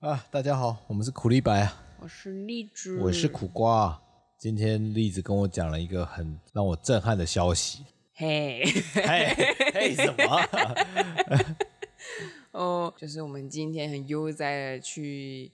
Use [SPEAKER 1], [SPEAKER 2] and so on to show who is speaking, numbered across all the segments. [SPEAKER 1] 啊，大家好，我们是苦力白啊，
[SPEAKER 2] 我是荔枝，
[SPEAKER 1] 我是苦瓜、啊。今天栗子跟我讲了一个很让我震撼的消息。
[SPEAKER 2] 嘿，
[SPEAKER 1] 嘿，哎嘿，什么？
[SPEAKER 2] 哦，就是我们今天很悠哉的去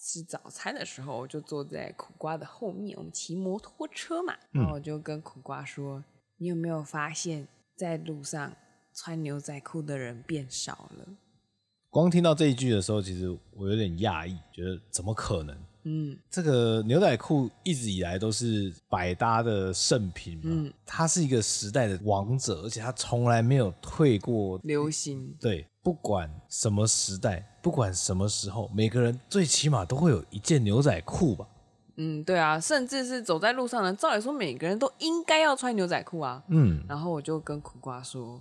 [SPEAKER 2] 吃早餐的时候，我就坐在苦瓜的后面，我们骑摩托车嘛，
[SPEAKER 1] 嗯
[SPEAKER 2] 然后我就跟苦瓜说：“你有没有发现，在路上穿牛仔裤的人变少了
[SPEAKER 1] 光听到这一句的时候，其实我有点讶异，觉得怎么可能？？”
[SPEAKER 2] 嗯，
[SPEAKER 1] 这个牛仔裤一直以来都是百搭的圣品嘛，它是一个时代的王者，而且它从来没有退过
[SPEAKER 2] 流行，
[SPEAKER 1] 对，不管什么时代，不管什么时候，每个人最起码都会有一件牛仔裤吧。
[SPEAKER 2] 嗯，对啊，甚至是走在路上呢，照理说每个人都应该要穿牛仔裤啊，
[SPEAKER 1] 嗯，
[SPEAKER 2] 然后我就跟苦瓜说，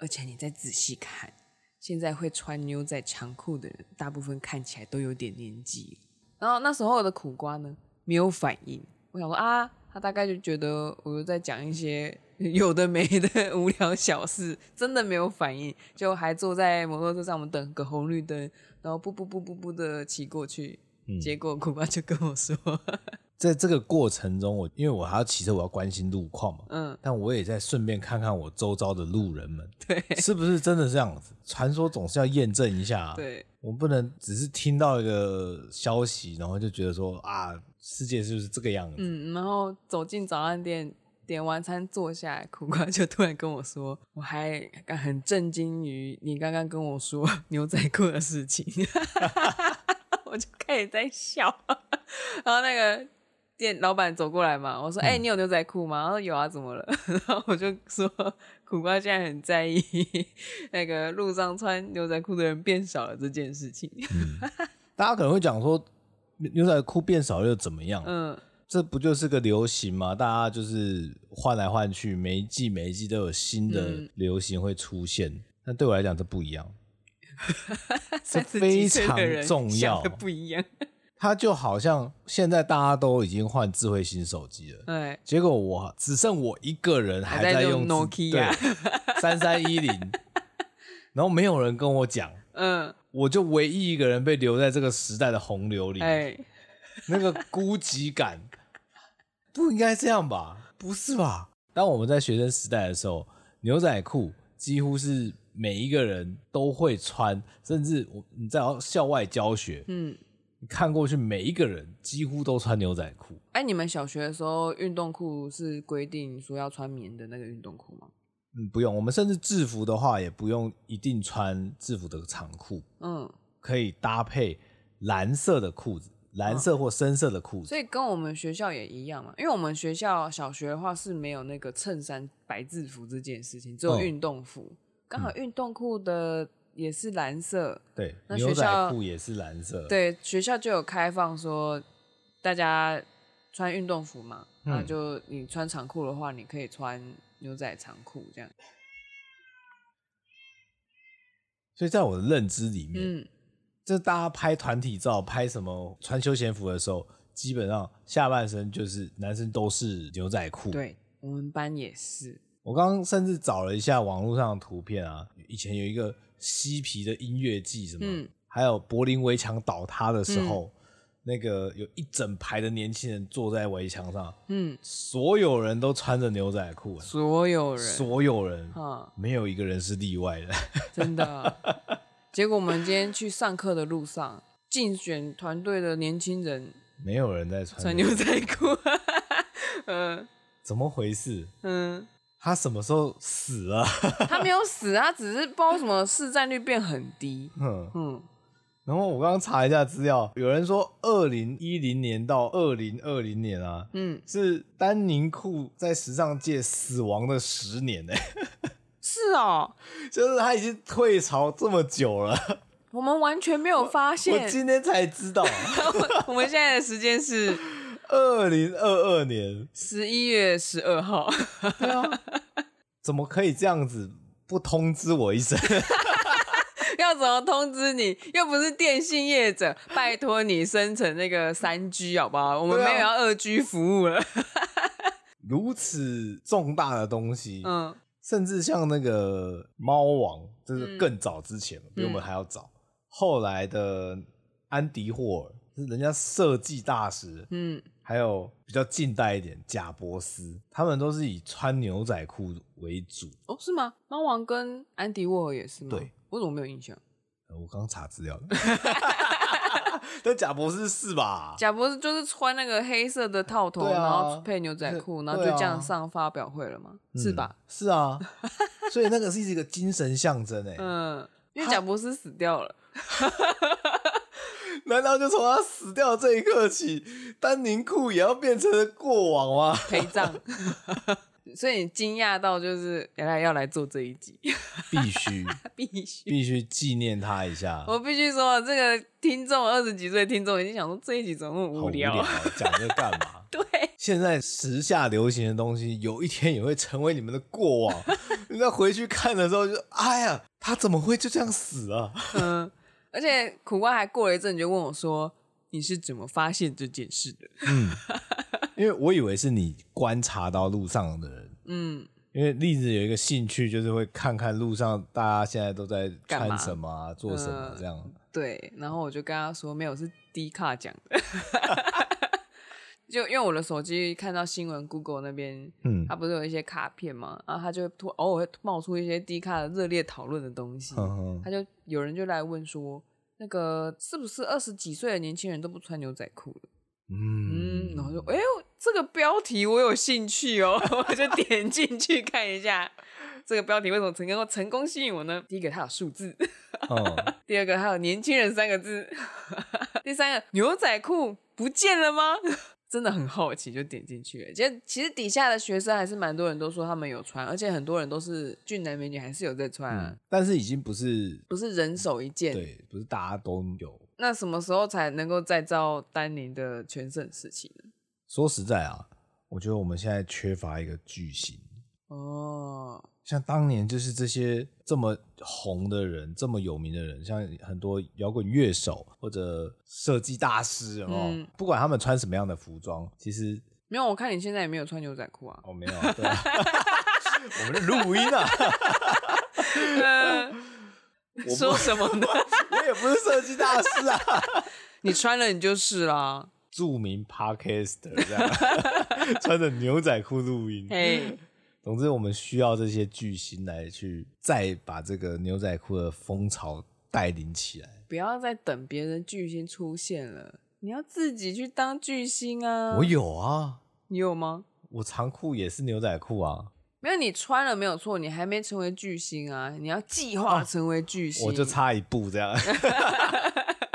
[SPEAKER 2] 而且你再仔细看，现在会穿牛仔长裤的人，大部分看起来都有点年纪。然后那时候的苦瓜呢，没有反应。我想说啊，他大概就觉得我又在讲一些 有的没的无聊小事，真的没有反应，就还坐在摩托车上，我们等个红绿灯，然后不不不不不的骑过去。结果苦瓜就跟我说，
[SPEAKER 1] 在这个过程中，我因为我还要骑车，我要关心路况嘛，
[SPEAKER 2] 嗯，
[SPEAKER 1] 但我也在顺便看看我周遭的路人们，对，是不是真的这样子？传说总是要验证一下、啊，，
[SPEAKER 2] 对，
[SPEAKER 1] 我们不能只是听到一个消息，然后就觉得说啊，世界是不是这个样子？
[SPEAKER 2] 嗯，然后走进早餐店，点完餐坐下来，苦瓜就突然跟我说，我还刚很震惊于你刚刚跟我说 牛仔裤的事情，我就开始在笑。 然后那个店老板走过来嘛，我说：“
[SPEAKER 1] 嗯
[SPEAKER 2] 哎、你有牛仔裤吗？”他说：“有啊，怎么了？” 然后我就说：“苦瓜现在很在意那个路上穿牛仔裤的人变少了这件事情。
[SPEAKER 1] 大家可能会讲说，牛仔裤变少又怎么样？”
[SPEAKER 2] 嗯，
[SPEAKER 1] 这不就是个流行吗？大家就是换来换去，每一季每一季都有新的
[SPEAKER 2] 嗯
[SPEAKER 1] 流行会出现。但对我来讲，这不一 样。
[SPEAKER 2] 三十
[SPEAKER 1] 非
[SPEAKER 2] 几岁
[SPEAKER 1] 常
[SPEAKER 2] 的人
[SPEAKER 1] 重
[SPEAKER 2] 想
[SPEAKER 1] 要
[SPEAKER 2] 的不一样。
[SPEAKER 1] 它就好像现在大家都已经换智慧型手机了，
[SPEAKER 2] 哎，
[SPEAKER 1] 结果我只剩我一个人还
[SPEAKER 2] 还在
[SPEAKER 1] 用
[SPEAKER 2] 用
[SPEAKER 1] 自
[SPEAKER 2] Nokia
[SPEAKER 1] 对三三一零，然后没有人跟我讲，
[SPEAKER 2] 嗯，
[SPEAKER 1] 我就唯一一个人被留在这个时代的洪流里，
[SPEAKER 2] 哎，
[SPEAKER 1] 那个孤寂感，不应该这样吧？不是吧？当我们在学生时代的时候，牛仔裤几乎是每一个人都会穿，甚至我你在校外教学，
[SPEAKER 2] 嗯，
[SPEAKER 1] 你看过去每一个人几乎都穿牛仔裤，
[SPEAKER 2] 哎，你们小学的时候运动裤是规定说要穿棉的那个运动裤吗？
[SPEAKER 1] 嗯，不用，我们甚至制服的话也不用一定穿制服的长裤，
[SPEAKER 2] 嗯，
[SPEAKER 1] 可以搭配蓝色的裤子，蓝色或深色的裤子。
[SPEAKER 2] 嗯所以跟我们学校也一样嘛，因为我们学校小学的话是没有那个衬衫白制服这件事情，只有
[SPEAKER 1] 哦
[SPEAKER 2] 运动服，刚好运动裤的也是蓝色，
[SPEAKER 1] 对，
[SPEAKER 2] 那
[SPEAKER 1] 牛
[SPEAKER 2] 学校
[SPEAKER 1] 仔裤也是蓝色。，
[SPEAKER 2] 对，学校就有开放说大家穿运动服嘛，
[SPEAKER 1] 嗯
[SPEAKER 2] 那就你穿长裤的话，你可以穿牛仔长裤这样，
[SPEAKER 1] 所以在我的认知里面，
[SPEAKER 2] 嗯，
[SPEAKER 1] 这大家拍团体照、拍什么穿休闲服的时候，基本上下半身就是男生都是牛仔裤。，
[SPEAKER 2] 嗯对，我们班也是，
[SPEAKER 1] 我刚刚甚至找了一下网络上的图片啊，以前有一个嬉皮的音乐季，什么，
[SPEAKER 2] 嗯
[SPEAKER 1] 还有柏林围墙倒塌的时候，那个有一整排的年轻人坐在围墙上，
[SPEAKER 2] 嗯，
[SPEAKER 1] 所有人都穿着牛仔裤，啊
[SPEAKER 2] 所有人，
[SPEAKER 1] 所有人
[SPEAKER 2] 啊。
[SPEAKER 1] 没有一个人是例外的。
[SPEAKER 2] 真的。结果我们今天去上课的路上，竞选团队的年轻人
[SPEAKER 1] 没有人在穿
[SPEAKER 2] 穿牛仔裤， 嗯
[SPEAKER 1] 怎么回事？
[SPEAKER 2] 嗯，
[SPEAKER 1] 他什么时候死了？
[SPEAKER 2] 他没有死，他只是不知道为什么市占率变很低。
[SPEAKER 1] 哼
[SPEAKER 2] 嗯，
[SPEAKER 1] 然后我刚刚查一下资料，有人说二零一零年到二零二零年啊，
[SPEAKER 2] 嗯，
[SPEAKER 1] 是丹宁裤在时尚界死亡的十年呢、
[SPEAKER 2] 是哦，
[SPEAKER 1] 就是他已经退潮这么久了，
[SPEAKER 2] 我们完全没有发
[SPEAKER 1] 我
[SPEAKER 2] 现。
[SPEAKER 1] 今天才知道， 啊
[SPEAKER 2] 我们现在的时间是
[SPEAKER 1] 二零二二年，
[SPEAKER 2] 十一月十二号，
[SPEAKER 1] 怎么可以这样子不通知我一声？
[SPEAKER 2] 要怎么通知你？又不是电信业者，拜托你生成那个三 G 好不好？我们
[SPEAKER 1] 对啊
[SPEAKER 2] 没有要二 G 服务了。
[SPEAKER 1] 如此重大的东西，
[SPEAKER 2] 嗯，
[SPEAKER 1] 甚至像那
[SPEAKER 2] 嗯
[SPEAKER 1] 个猫王，就是更早之前，比我们还要早。后来的安迪霍尔，是人家设计大师，
[SPEAKER 2] 嗯，
[SPEAKER 1] 还有比较近代一点贾伯斯，他们都是以穿牛仔裤为主。
[SPEAKER 2] 哦，是吗？猫王跟安迪沃尔也是吗？
[SPEAKER 1] 对，
[SPEAKER 2] 我怎么没有印象？
[SPEAKER 1] 呃我刚查资料的， 但贾伯斯是吧？
[SPEAKER 2] 贾博士就是穿那个黑色的套头，
[SPEAKER 1] 对啊
[SPEAKER 2] 然后配牛仔裤，
[SPEAKER 1] 是
[SPEAKER 2] 然后就这
[SPEAKER 1] 对啊
[SPEAKER 2] 样上发表会了嘛，是吧？
[SPEAKER 1] 嗯？是啊，所以那个是一个精神象征哎、
[SPEAKER 2] 嗯，因为贾博士死掉了，
[SPEAKER 1] 难道就从他死掉这一刻起，丹宁裤也要变成过往吗？
[SPEAKER 2] 陪葬， 所以你惊讶到就是原来要来做这一集，
[SPEAKER 1] 必须
[SPEAKER 2] 必须。
[SPEAKER 1] 必须纪念他一下。
[SPEAKER 2] 我必须说，这个听众二十几岁听众已经想说这一集怎么那么
[SPEAKER 1] 好
[SPEAKER 2] 无聊？
[SPEAKER 1] 无哦讲这干嘛
[SPEAKER 2] ？对，
[SPEAKER 1] 现在时下流行的东西，有一天也会成为你们的过往。 你再回去看的时候就，哎呀，他怎么会就这样死啊？
[SPEAKER 2] 嗯，而且苦瓜还过了一阵就问我说：“你是怎么发现这件事的
[SPEAKER 1] 因为我以为是你观察到路上的人，？”
[SPEAKER 2] 嗯，
[SPEAKER 1] 因为栗子有一个兴趣，就是会看看路上大家现在都在
[SPEAKER 2] 干嘛
[SPEAKER 1] 穿什么、啊、做什么
[SPEAKER 2] 嗯
[SPEAKER 1] 这样。
[SPEAKER 2] 对，然后我就跟他说没有，是低卡讲的。 就因为我的手机看到新闻，Google 那边，
[SPEAKER 1] 嗯
[SPEAKER 2] 它不是有一些卡片嘛，然后它就突偶尔会冒出一些低卡的热烈讨论的东西，
[SPEAKER 1] 嗯哼
[SPEAKER 2] 他就有人就来问说，那个是不是二十几岁的年轻人都不穿牛仔裤了？嗯，
[SPEAKER 1] 嗯
[SPEAKER 2] 然后就哎呦，这个标题我有兴趣哦， 我就点进去看一下，这个标题为什么成功成功吸引我呢？第一个它有数字。
[SPEAKER 1] 嗯，
[SPEAKER 2] 第二个还有年轻人三个字， 第三个牛仔裤不见了吗？ 真的很好奇，就点进去了。其实其实底下的学生还是蛮多人都说他们有穿，而且很多人都是俊男美女还是有在穿、啊，
[SPEAKER 1] 嗯但是已经不 是
[SPEAKER 2] 不是人手一件。
[SPEAKER 1] 对，不是大家都有。
[SPEAKER 2] 那什么时候才能够再造丹宁的全盛时期呢？
[SPEAKER 1] 说实在啊，我觉得我们现在缺乏一个巨星，
[SPEAKER 2] 哦，
[SPEAKER 1] 像当年就是这些这么红的人，这么有名的人，像很多摇滚乐手或者设计大师哦、
[SPEAKER 2] 嗯
[SPEAKER 1] 不管他们穿什么样的服装，其实
[SPEAKER 2] 没有，我看你现在也没有穿牛仔裤 啊。
[SPEAKER 1] 哦没有啊，对、啊，我们是录音啊，
[SPEAKER 2] 呃
[SPEAKER 1] 不
[SPEAKER 2] 说什么呢？
[SPEAKER 1] 我也不是设计大师啊，
[SPEAKER 2] 你穿了你就是啦。
[SPEAKER 1] 著名 podcaster 这样， 穿着牛仔裤录音，
[SPEAKER 2] 嘿，
[SPEAKER 1] 总之，我们需要这些巨星来去再把这个牛仔裤的风潮带领起来。
[SPEAKER 2] 不要再等别人巨星出现了，你要自己去当巨星啊！
[SPEAKER 1] 我，有啊，
[SPEAKER 2] 你有吗？
[SPEAKER 1] 我长裤也是牛仔裤啊，
[SPEAKER 2] 没有，你穿了没有错，你还没成为巨星啊！你要计划成为巨
[SPEAKER 1] 哦
[SPEAKER 2] 星，
[SPEAKER 1] 我就差一步这样，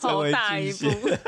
[SPEAKER 1] 成
[SPEAKER 2] 好
[SPEAKER 1] 为
[SPEAKER 2] 大
[SPEAKER 1] 巨
[SPEAKER 2] 一步
[SPEAKER 1] 星。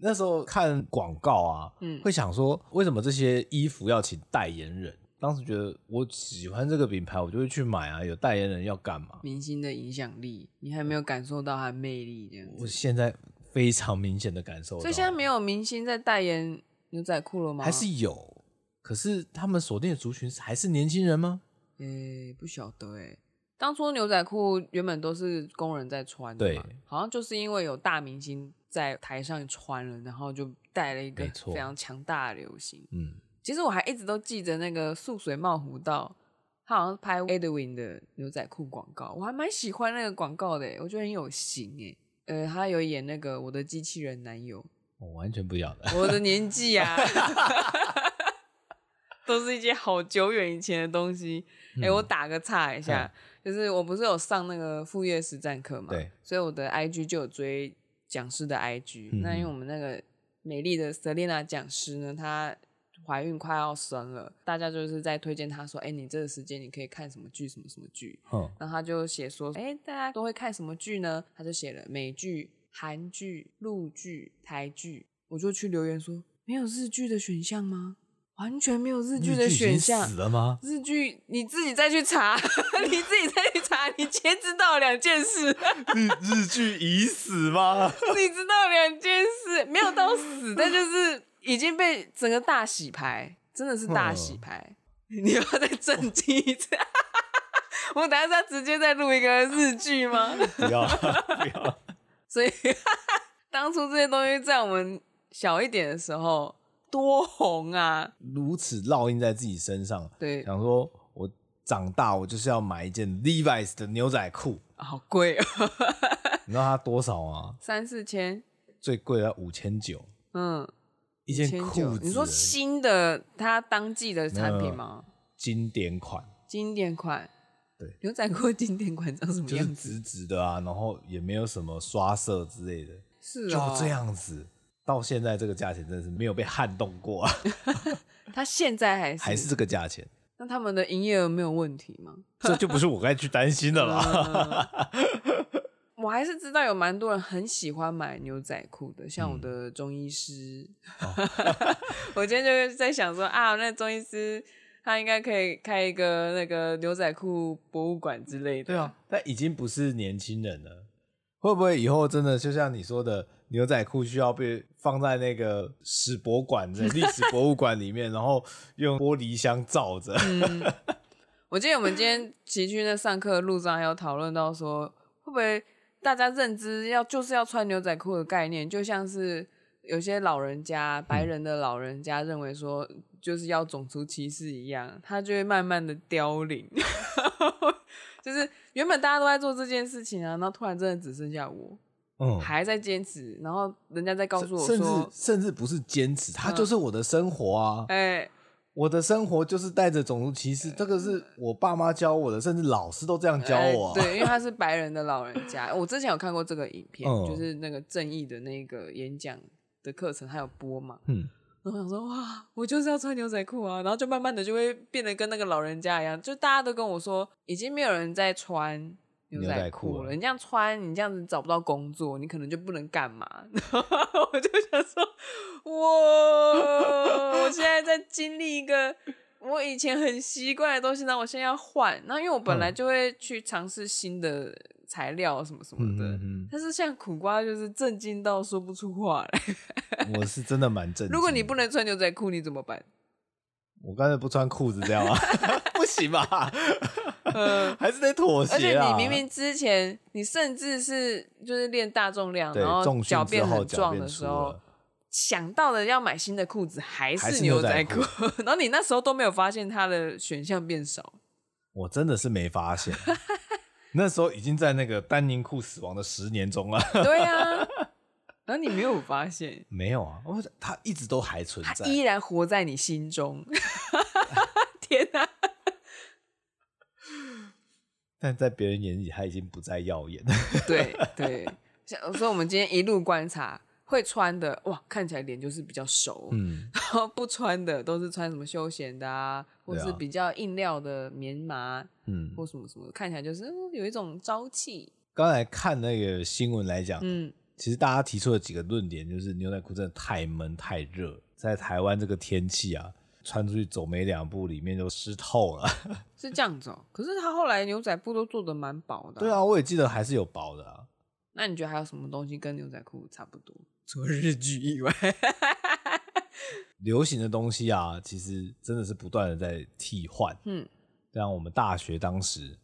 [SPEAKER 1] 那时候看广告啊，
[SPEAKER 2] 嗯
[SPEAKER 1] 会想说为什么这些衣服要请代言人？当时觉得我喜欢这个品牌，我就会去买啊。有代言人要干嘛？
[SPEAKER 2] 明星的影响力，你还没有感受到他的魅力，这样
[SPEAKER 1] 我
[SPEAKER 2] 子。
[SPEAKER 1] 现在非常明显的感受到，
[SPEAKER 2] 所以现在没有明星在代言牛仔裤了吗？
[SPEAKER 1] 还是有，可是他们锁定的族群是还是年轻人吗？
[SPEAKER 2] 诶、不晓得诶、当初牛仔裤原本都是工人在穿的嘛
[SPEAKER 1] 对，
[SPEAKER 2] 好像就是因为有大明星在台上穿了，然后就带了一个
[SPEAKER 1] 没错
[SPEAKER 2] 非常强大的流行。
[SPEAKER 1] 嗯，
[SPEAKER 2] 其实我还一直都记得那个素水茂湖道，他好像是拍 Edwin 的牛仔裤广告，我还蛮喜欢那个广告的耶，我觉得很有型诶。呃，他有演那个我的机器人男友，
[SPEAKER 1] 我完全不晓 得。
[SPEAKER 2] 我的年纪啊， 都是一些好久远以前的东西。哎、我
[SPEAKER 1] 嗯
[SPEAKER 2] 打个岔一下，就是我不是有上那个副业实战课嘛，
[SPEAKER 1] 对，
[SPEAKER 2] 所以我的 IG 就有追讲师的 IG、
[SPEAKER 1] 嗯
[SPEAKER 2] 那因为我们那个美丽的 Selina 讲师呢，她怀孕快要生了，大家就是在推荐她说，哎、你这个时间你可以看什么剧，什么什么剧。
[SPEAKER 1] 嗯，
[SPEAKER 2] 然后他就写说，哎，大家都会看什么剧呢？他就写了美剧、韩剧、陆剧、台剧。我就去留言说，没有日剧的选项吗？完全没有日剧的
[SPEAKER 1] 已经
[SPEAKER 2] 选项
[SPEAKER 1] 死。了 吗？
[SPEAKER 2] 日剧你自己再去查， 你自己再去查，你先知道两件事，
[SPEAKER 1] 日日剧已死吗？
[SPEAKER 2] 你知道两件事，没有到死，但就是已经被整个大洗牌，真的是大洗
[SPEAKER 1] 嗯
[SPEAKER 2] 牌。 你要再震惊一次， 我等下是要直接再录一个日剧吗？
[SPEAKER 1] 不要不要，
[SPEAKER 2] 所以 当初这些东西在我们小一点的时候多红啊！
[SPEAKER 1] 如此烙印在自己身上，
[SPEAKER 2] 对，
[SPEAKER 1] 想说我长大我就是要买一件 Levi's 的牛仔裤，
[SPEAKER 2] 好贵哦，
[SPEAKER 1] 你知道它多少吗？
[SPEAKER 2] 三四千，
[SPEAKER 1] 最贵要五千九，
[SPEAKER 2] 嗯，
[SPEAKER 1] 一件
[SPEAKER 2] 千九
[SPEAKER 1] 裤子。嗯
[SPEAKER 2] 你说新的它当季的产品吗？
[SPEAKER 1] 经典款，
[SPEAKER 2] 经典款，
[SPEAKER 1] 对，
[SPEAKER 2] 牛仔裤的经典款长什么
[SPEAKER 1] 就是
[SPEAKER 2] 样子？
[SPEAKER 1] 直直的啊，然后也没有什么刷色之类的，
[SPEAKER 2] 是
[SPEAKER 1] 就
[SPEAKER 2] 哦，
[SPEAKER 1] 这。样子。到现在这个价钱真的是没有被撼动过啊，
[SPEAKER 2] 它现在还是
[SPEAKER 1] 还是这个价 钱，
[SPEAKER 2] 那他们的营业额没有问题吗？
[SPEAKER 1] 这就不是我该去担心的啦。
[SPEAKER 2] 嗯 我还是知道有蛮多人很喜欢买牛仔裤的，像我的中医师，
[SPEAKER 1] 哦
[SPEAKER 2] 我今天就是在想说啊，那中医师他应该可以开一个那个牛仔裤博物馆之类的。
[SPEAKER 1] 对啊，，但已经不是年轻人了，会不会以后真的就像你说的，牛仔裤需要被放在那个史博馆的历史博物馆里面，然后用玻璃箱罩 着？
[SPEAKER 2] 嗯我记得我们今天骑去那上课的路上还有讨论到说，会不会大家认知要就是要穿牛仔裤的概念，就像是有些老人家白人的老人家认为说就是要种族歧视一样，他就会慢慢的凋零。 就是原本大家都在做这件事情啊，然后突然真的只剩下我
[SPEAKER 1] 嗯，
[SPEAKER 2] 还在坚持，然后人家在告诉我
[SPEAKER 1] 甚至
[SPEAKER 2] 说，嗯
[SPEAKER 1] 甚至不是坚持，它就是我的生活啊，
[SPEAKER 2] 哎、
[SPEAKER 1] 我的生活就是带着种族歧视，这个是我爸妈教我的，甚至老师都这样教我、啊。
[SPEAKER 2] 哎对，因为他是白人的老人家，我之前有看过这个影片，
[SPEAKER 1] 嗯
[SPEAKER 2] 就是那个正义的那个演讲的课程，还有播嘛。
[SPEAKER 1] 嗯，
[SPEAKER 2] 然后我想说，哇，我就是要穿牛仔裤啊，然后就慢慢的就会变得跟那个老人家一样，就大家都跟我说，已经没有人在穿。牛
[SPEAKER 1] 牛
[SPEAKER 2] 仔
[SPEAKER 1] 仔裤
[SPEAKER 2] 裤
[SPEAKER 1] 了
[SPEAKER 2] 了，你这样穿，你这样子找不到工作，你可能就不能干嘛。 然后我就想说，哇，我现在在经历一个我以前很习惯的东西，那我现在要换。那因为我本
[SPEAKER 1] 嗯
[SPEAKER 2] 来就会去尝试新的材料什么什么的，
[SPEAKER 1] 嗯
[SPEAKER 2] 但是像苦瓜就是震惊到说不出话来。
[SPEAKER 1] 嗯我是真的蛮震惊的。
[SPEAKER 2] 如果你不能穿牛仔裤，你怎么办？
[SPEAKER 1] 我刚才不穿裤子这 样啊，不行吧？
[SPEAKER 2] 呃，
[SPEAKER 1] 还是得妥
[SPEAKER 2] 而
[SPEAKER 1] 协
[SPEAKER 2] 且
[SPEAKER 1] 啊。
[SPEAKER 2] 你明明之前你甚至是就是练大重量，
[SPEAKER 1] 对
[SPEAKER 2] 然后
[SPEAKER 1] 重训
[SPEAKER 2] 脚
[SPEAKER 1] 之
[SPEAKER 2] 变
[SPEAKER 1] 后
[SPEAKER 2] 很
[SPEAKER 1] 脚
[SPEAKER 2] 壮
[SPEAKER 1] 变
[SPEAKER 2] 的时
[SPEAKER 1] 粗
[SPEAKER 2] 候
[SPEAKER 1] 了，，
[SPEAKER 2] 想到的要买新的裤子还
[SPEAKER 1] 还是
[SPEAKER 2] 是
[SPEAKER 1] 牛
[SPEAKER 2] 牛
[SPEAKER 1] 仔
[SPEAKER 2] 仔
[SPEAKER 1] 裤
[SPEAKER 2] 裤， 然后你那时候都没有发现它的选项变少。
[SPEAKER 1] 我真的是没发 现。那时候已经在那个丹宁裤死亡的十年中了，
[SPEAKER 2] 对啊，然后你没有发现，
[SPEAKER 1] 没有啊，我它一直都还存
[SPEAKER 2] 它
[SPEAKER 1] 在。
[SPEAKER 2] 依然活在你 心中。天哪、
[SPEAKER 1] 但在别人眼里，他已经不再耀眼。
[SPEAKER 2] 对对，像所以我们今天一路观察，会穿的哇，看起来脸就是比较熟，
[SPEAKER 1] 嗯，
[SPEAKER 2] 然后不穿的都是穿什么休闲的啊，或
[SPEAKER 1] 对
[SPEAKER 2] 是
[SPEAKER 1] 啊
[SPEAKER 2] 比较硬料的棉麻
[SPEAKER 1] 嗯，
[SPEAKER 2] 或什么什么，看起来就是、嗯有一种朝气。
[SPEAKER 1] 刚才看那个新闻来讲，
[SPEAKER 2] 嗯，
[SPEAKER 1] 其实大家提出的几个论点就是牛仔裤真的太闷太热了，在台湾这个天气啊，穿出去走没两步，里面就湿透 了。
[SPEAKER 2] 是这样子哦。可是他后来牛仔布都做的蛮薄的、
[SPEAKER 1] 对，啊，我也记得还是有薄的啊。
[SPEAKER 2] 那你觉得还有什么东西跟牛仔裤差不多？除了日剧以外，
[SPEAKER 1] 流行的东西啊，其实真的是不断的在替换。
[SPEAKER 2] 嗯，
[SPEAKER 1] 像我们大学当时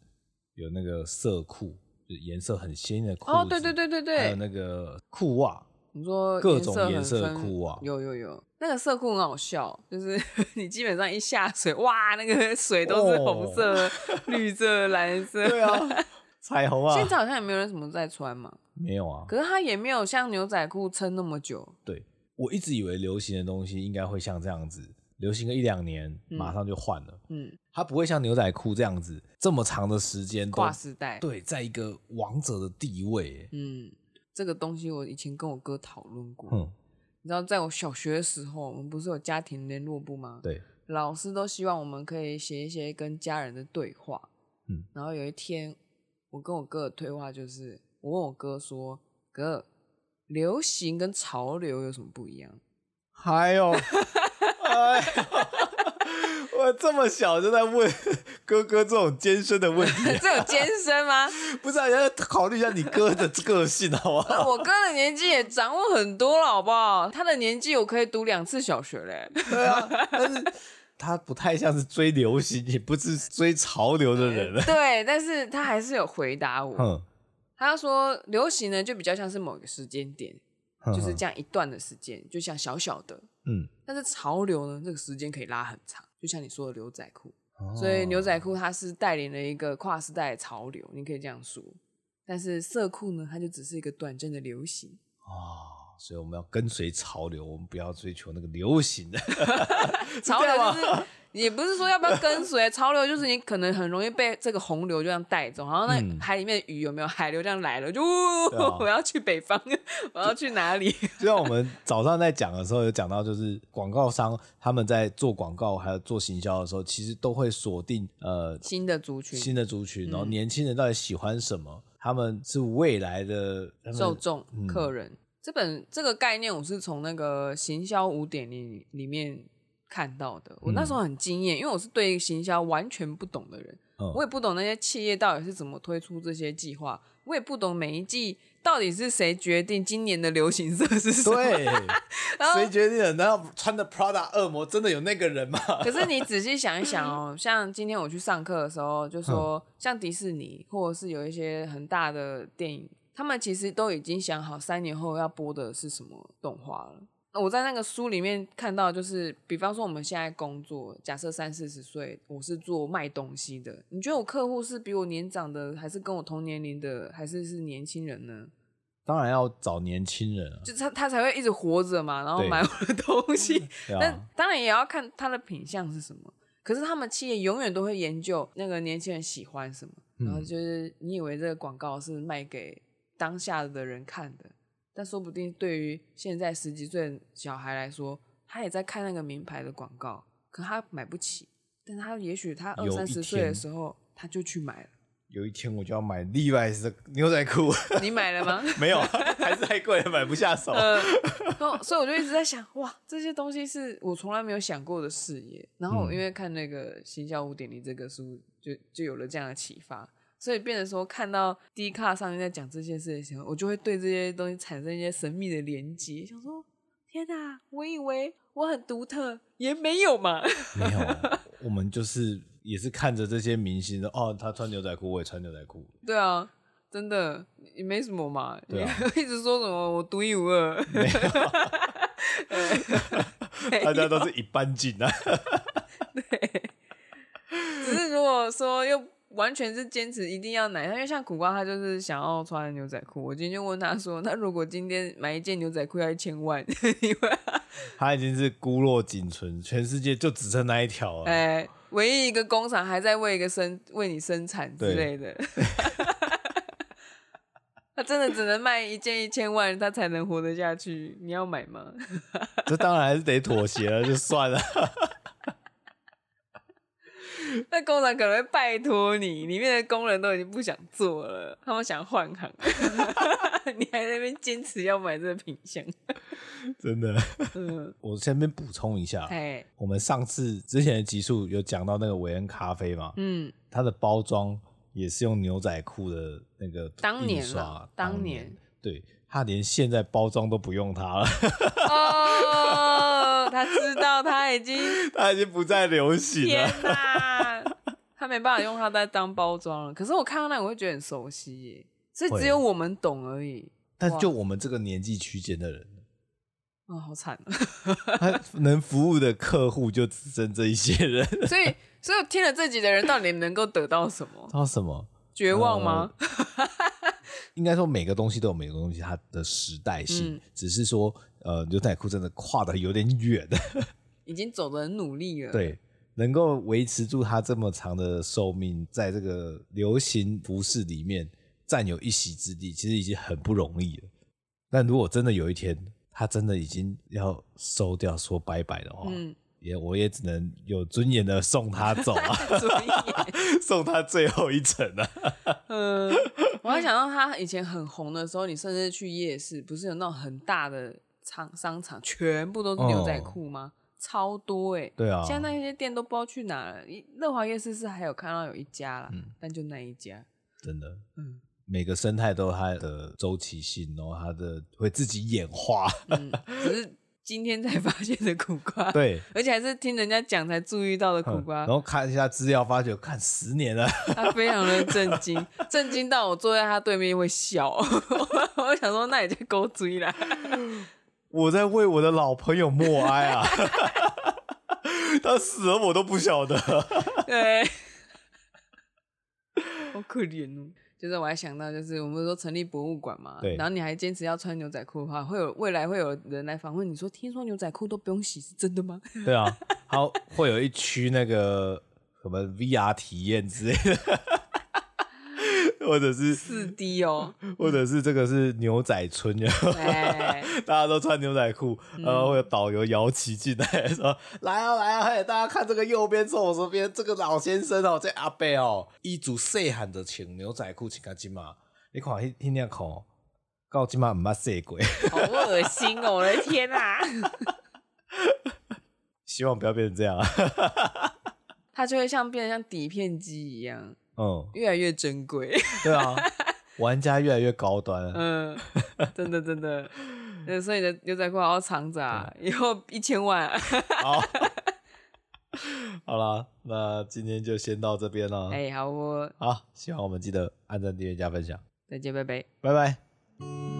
[SPEAKER 1] 有那个色裤，就是颜色很鲜艳的裤子，
[SPEAKER 2] 哦，对对对对
[SPEAKER 1] 还有
[SPEAKER 2] 对，
[SPEAKER 1] 那个裤袜，
[SPEAKER 2] 你说
[SPEAKER 1] 各种
[SPEAKER 2] 颜
[SPEAKER 1] 颜色的
[SPEAKER 2] 很分
[SPEAKER 1] 裤袜
[SPEAKER 2] 有有有，那个色裤很好笑，就是 你基本上一下水，哇，那个水都是红色、绿色、蓝色。
[SPEAKER 1] 哦 对啊，彩虹啊，
[SPEAKER 2] 现在好像也没有人什么在穿嘛，
[SPEAKER 1] 没有啊。
[SPEAKER 2] 可是它也没有像牛仔裤撑那么久。
[SPEAKER 1] 对我一直以为流行的东西应该会像这样子，流行个一两年，
[SPEAKER 2] 嗯
[SPEAKER 1] 马上就换了。
[SPEAKER 2] 嗯，
[SPEAKER 1] 它不会像牛仔裤这样子这么长的时间都
[SPEAKER 2] 跨时代。
[SPEAKER 1] 对，在一个王者的地位。
[SPEAKER 2] 嗯，这个东西我以前跟我哥讨论过。
[SPEAKER 1] 嗯，
[SPEAKER 2] 你知道，在我小学的时候，我们不是有家庭联络部吗？
[SPEAKER 1] 对，
[SPEAKER 2] 老师都希望我们可以写一些跟家人的对话。
[SPEAKER 1] 嗯，
[SPEAKER 2] 然后有一天，我跟我哥的对话就是，我问我哥说：“哥，流行跟潮流有什么不一样
[SPEAKER 1] 还有， 哎呦，我这么小就在问 哥哥这种艰深的问？”题，
[SPEAKER 2] 这有艰深吗？
[SPEAKER 1] 不是、啊、要考虑一下你哥的个性好不 好？
[SPEAKER 2] 我哥的年纪也掌握很多了，好不好？他的年纪我可以读两次小学嘞。
[SPEAKER 1] 对啊，但是他不太像是追流行，也不是追潮流的人了。
[SPEAKER 2] 对，但是他还是有回答我。
[SPEAKER 1] 嗯，
[SPEAKER 2] 他说，流行呢就比较像是某个时间点，就是
[SPEAKER 1] 样。
[SPEAKER 2] 这样一段的时间，就像小小的。
[SPEAKER 1] 嗯，
[SPEAKER 2] 但是潮流呢，这个时间可以拉很长，就像你说的牛仔裤，
[SPEAKER 1] 哦
[SPEAKER 2] 所以牛仔裤它是带领了一个跨时代的潮流，你可以这样说。但是色裤呢，它就只是一个短暂的流行。
[SPEAKER 1] 哦，所以我们要跟随潮流，我们不要追求那个流行的。
[SPEAKER 2] 潮流 就是也不是说要不要跟随潮流，就是你可能很容易被这个洪流就这样带走，好像那海里面的鱼有没有海流这样来了，就、呜
[SPEAKER 1] 对啊
[SPEAKER 2] 我要去北方，我要去哪里？
[SPEAKER 1] 就像我们早上在讲的时候，有讲到，就是广告商他们在做广告还有做行销的时候，其实都会锁定呃
[SPEAKER 2] 新的族群
[SPEAKER 1] 新的族
[SPEAKER 2] 嗯
[SPEAKER 1] 群，然后年轻人到底喜欢什么，他们是未来的他们嗯
[SPEAKER 2] 受众、客人。这本这个概念我是从那个行销五点零里面看到的，我那时候很惊艳，因为我是对行销完全不懂的人，
[SPEAKER 1] 嗯
[SPEAKER 2] 我也不懂那些企业到底是怎么推出这些计划，我也不懂每一季到底是谁决定今年的流行色是什么。
[SPEAKER 1] 对，
[SPEAKER 2] 然后
[SPEAKER 1] 谁决定的？难道穿的 Prada 恶魔真的有那个人吗？
[SPEAKER 2] 可是你仔细想一想哦，像今天我去上课的时候，就说像迪士尼或者是有一些很大的电影，他们其实都已经想好三年后要播的是什么动画了。那我在那个书里面看到，就是比方说我们现在工作，假设三四十岁，我是做卖东西的，你觉得我客户是比我年长的，还是跟我同年龄的，还是是年轻人呢？
[SPEAKER 1] 当然要找年轻人啊，
[SPEAKER 2] 就他他才会一直活着嘛，然后
[SPEAKER 1] 对
[SPEAKER 2] 买我的东西，
[SPEAKER 1] 对
[SPEAKER 2] 那
[SPEAKER 1] 啊，
[SPEAKER 2] 当然也要看他的品相是什么。可是他们企业永远都会研究那个年轻人喜欢什么，然后
[SPEAKER 1] 嗯
[SPEAKER 2] 就是你以为这个广告是卖给当下的人看的，但说不定对于现在十几岁的小孩来说，他也在看那个名牌的广告，可他买不起，但他也许他二
[SPEAKER 1] 有
[SPEAKER 2] 三
[SPEAKER 1] 一
[SPEAKER 2] 十岁的
[SPEAKER 1] 天
[SPEAKER 2] 时候他就去买了。
[SPEAKER 1] 有一天我就要买 Levi's 的牛仔裤，
[SPEAKER 2] 你买了 吗？啊
[SPEAKER 1] 没 有，还是太贵了，买不下手。
[SPEAKER 2] 呃， 然后所以我就一直在想，哇，这些东西是我从来没有想过的视野。
[SPEAKER 1] 嗯
[SPEAKER 2] 然后我因为看那个《行销五点零》这个书，就就有了这样的启发，所以变得说看到 D 卡上面在讲这些事情的时候，我就会对这些东西产生一些神秘的连接，想说，天哪，我以为我很独特，也没有嘛。
[SPEAKER 1] 没有，啊我们就是也是看着这些明星的哦，他穿牛仔裤，我也穿牛仔 裤，
[SPEAKER 2] 对啊，真的也没什么嘛。
[SPEAKER 1] 对啊
[SPEAKER 2] 一直说什么我独一无二， 哎
[SPEAKER 1] 大家都是一般进 啊。
[SPEAKER 2] 只是如果说又完全是坚持一定要奶，因为像苦瓜他就是想要穿牛仔裤。我今天就问他说：“那如果今天买一件牛仔裤要一千万， 你会
[SPEAKER 1] 他已经是孤落仅存，全世界就只剩那一条了。
[SPEAKER 2] 哎，唯一一个工厂还在为一个生为你生产之类的。” 他真的只能卖一件一千万，他才能活得下去。你要买吗？
[SPEAKER 1] 这当然还是得妥协了，就算了。
[SPEAKER 2] 那工厂可能会拜托你，里面的工人都已经不想做了，他们想换行， 你还在那边坚持要买这个品相。
[SPEAKER 1] 真的，
[SPEAKER 2] 嗯，
[SPEAKER 1] 我先边补充一下，
[SPEAKER 2] 哎，
[SPEAKER 1] 我们上次之前的集数有讲到那个韦恩咖啡嘛，
[SPEAKER 2] 嗯，
[SPEAKER 1] 它的包装也是用牛仔裤的那个
[SPEAKER 2] 当年
[SPEAKER 1] 印刷
[SPEAKER 2] 啦，当
[SPEAKER 1] 年
[SPEAKER 2] 年
[SPEAKER 1] 对。他连现在包装都不用它了，
[SPEAKER 2] 哦，他知道他已 经
[SPEAKER 1] 它已经不再流行
[SPEAKER 2] 天
[SPEAKER 1] 了。
[SPEAKER 2] 哪，他没办法用它在当包装了。可是我看到那个，我会觉得很熟悉耶，所以只有我们懂而已。
[SPEAKER 1] 但就我们这个年纪区间的人，
[SPEAKER 2] 啊、好惨啊！
[SPEAKER 1] 他能服务的客户就只剩这一些人。
[SPEAKER 2] 所以，所以听了这集的人到底能够得到什么？
[SPEAKER 1] 知道什么？
[SPEAKER 2] 绝望吗？
[SPEAKER 1] 呃应该说每个东西都有每个东西它的时代性，
[SPEAKER 2] 嗯
[SPEAKER 1] 只是说呃牛仔裤真的跨的有点远，
[SPEAKER 2] 已经走的很努力了。，
[SPEAKER 1] 对，能够维持住它这么长的寿命，在这个流行服饰里面占有一席之地，其实已经很不容易了。但如果真的有一天它真的已经要收掉说拜拜的话，
[SPEAKER 2] 嗯，
[SPEAKER 1] 也我也只能有尊严的送它走 啊，
[SPEAKER 2] 所以，
[SPEAKER 1] 送它最后一程啊。
[SPEAKER 2] 嗯， 我还想到他以前很红的时候，你甚至去夜市，不是有那种很大的商商场，全部都是牛仔裤吗？超多哎、
[SPEAKER 1] 哦对啊，
[SPEAKER 2] 现在那些店都不知道去哪了。一乐华夜市是还有看到有一家啦，
[SPEAKER 1] 嗯
[SPEAKER 2] 但就那一家。
[SPEAKER 1] 真的，
[SPEAKER 2] 嗯
[SPEAKER 1] 每个生态都有它的周期性，然后它的会自己演 化。
[SPEAKER 2] 嗯，只是今天才 发现的苦瓜，，
[SPEAKER 1] 对，嗯
[SPEAKER 2] 而且还是听人家讲才注意到的苦瓜
[SPEAKER 1] 然，后看一下资料，发觉看十年了，
[SPEAKER 2] 他非常的震惊，震惊到我坐在他对面会笑。 我想说，那也就勾追啦。
[SPEAKER 1] 我在为我的老朋友默哀 啊。他死了我 都不晓得，
[SPEAKER 2] 对，好可怜哦。就是我还想到，就是我们说成立博物馆嘛，
[SPEAKER 1] 对
[SPEAKER 2] 然后你还坚持要穿牛仔裤的话，会有未来会有人来访问你说，听说牛仔裤都不用洗，是真的吗？
[SPEAKER 1] 对啊，好，会有一区那个什么 VR 体验之类的， 或者是
[SPEAKER 2] 四 D 哦，
[SPEAKER 1] 或者是这个是牛仔村，然后
[SPEAKER 2] 哎，
[SPEAKER 1] 大家都穿牛仔裤，然后会有导游摇旗进来说：“来啊来啊， 嘿，大家看这个右边坐我身边这个老先生哦，这阿伯哦，一组细汉的穿牛仔裤穿到今嘛，你看迄迄领裤，到今嘛毋捌洗过，
[SPEAKER 2] 好恶心哦！我的天 啊！
[SPEAKER 1] 希望不要变成这样啊。
[SPEAKER 2] 它就会像变得像底片机一样，”
[SPEAKER 1] 嗯，
[SPEAKER 2] 越来越珍 贵。
[SPEAKER 1] 对啊， 玩家越来越高端了。
[SPEAKER 2] 嗯，真的真 的。对，所以你的牛仔裤好好藏着啊，以后一千万、啊。
[SPEAKER 1] 好， 好啦，那今天就先到这边了。
[SPEAKER 2] 哎、好哦，
[SPEAKER 1] 好，希望我们记得按赞、订阅、加分享，
[SPEAKER 2] 再见，拜拜。
[SPEAKER 1] 拜拜。
[SPEAKER 2] 拜拜。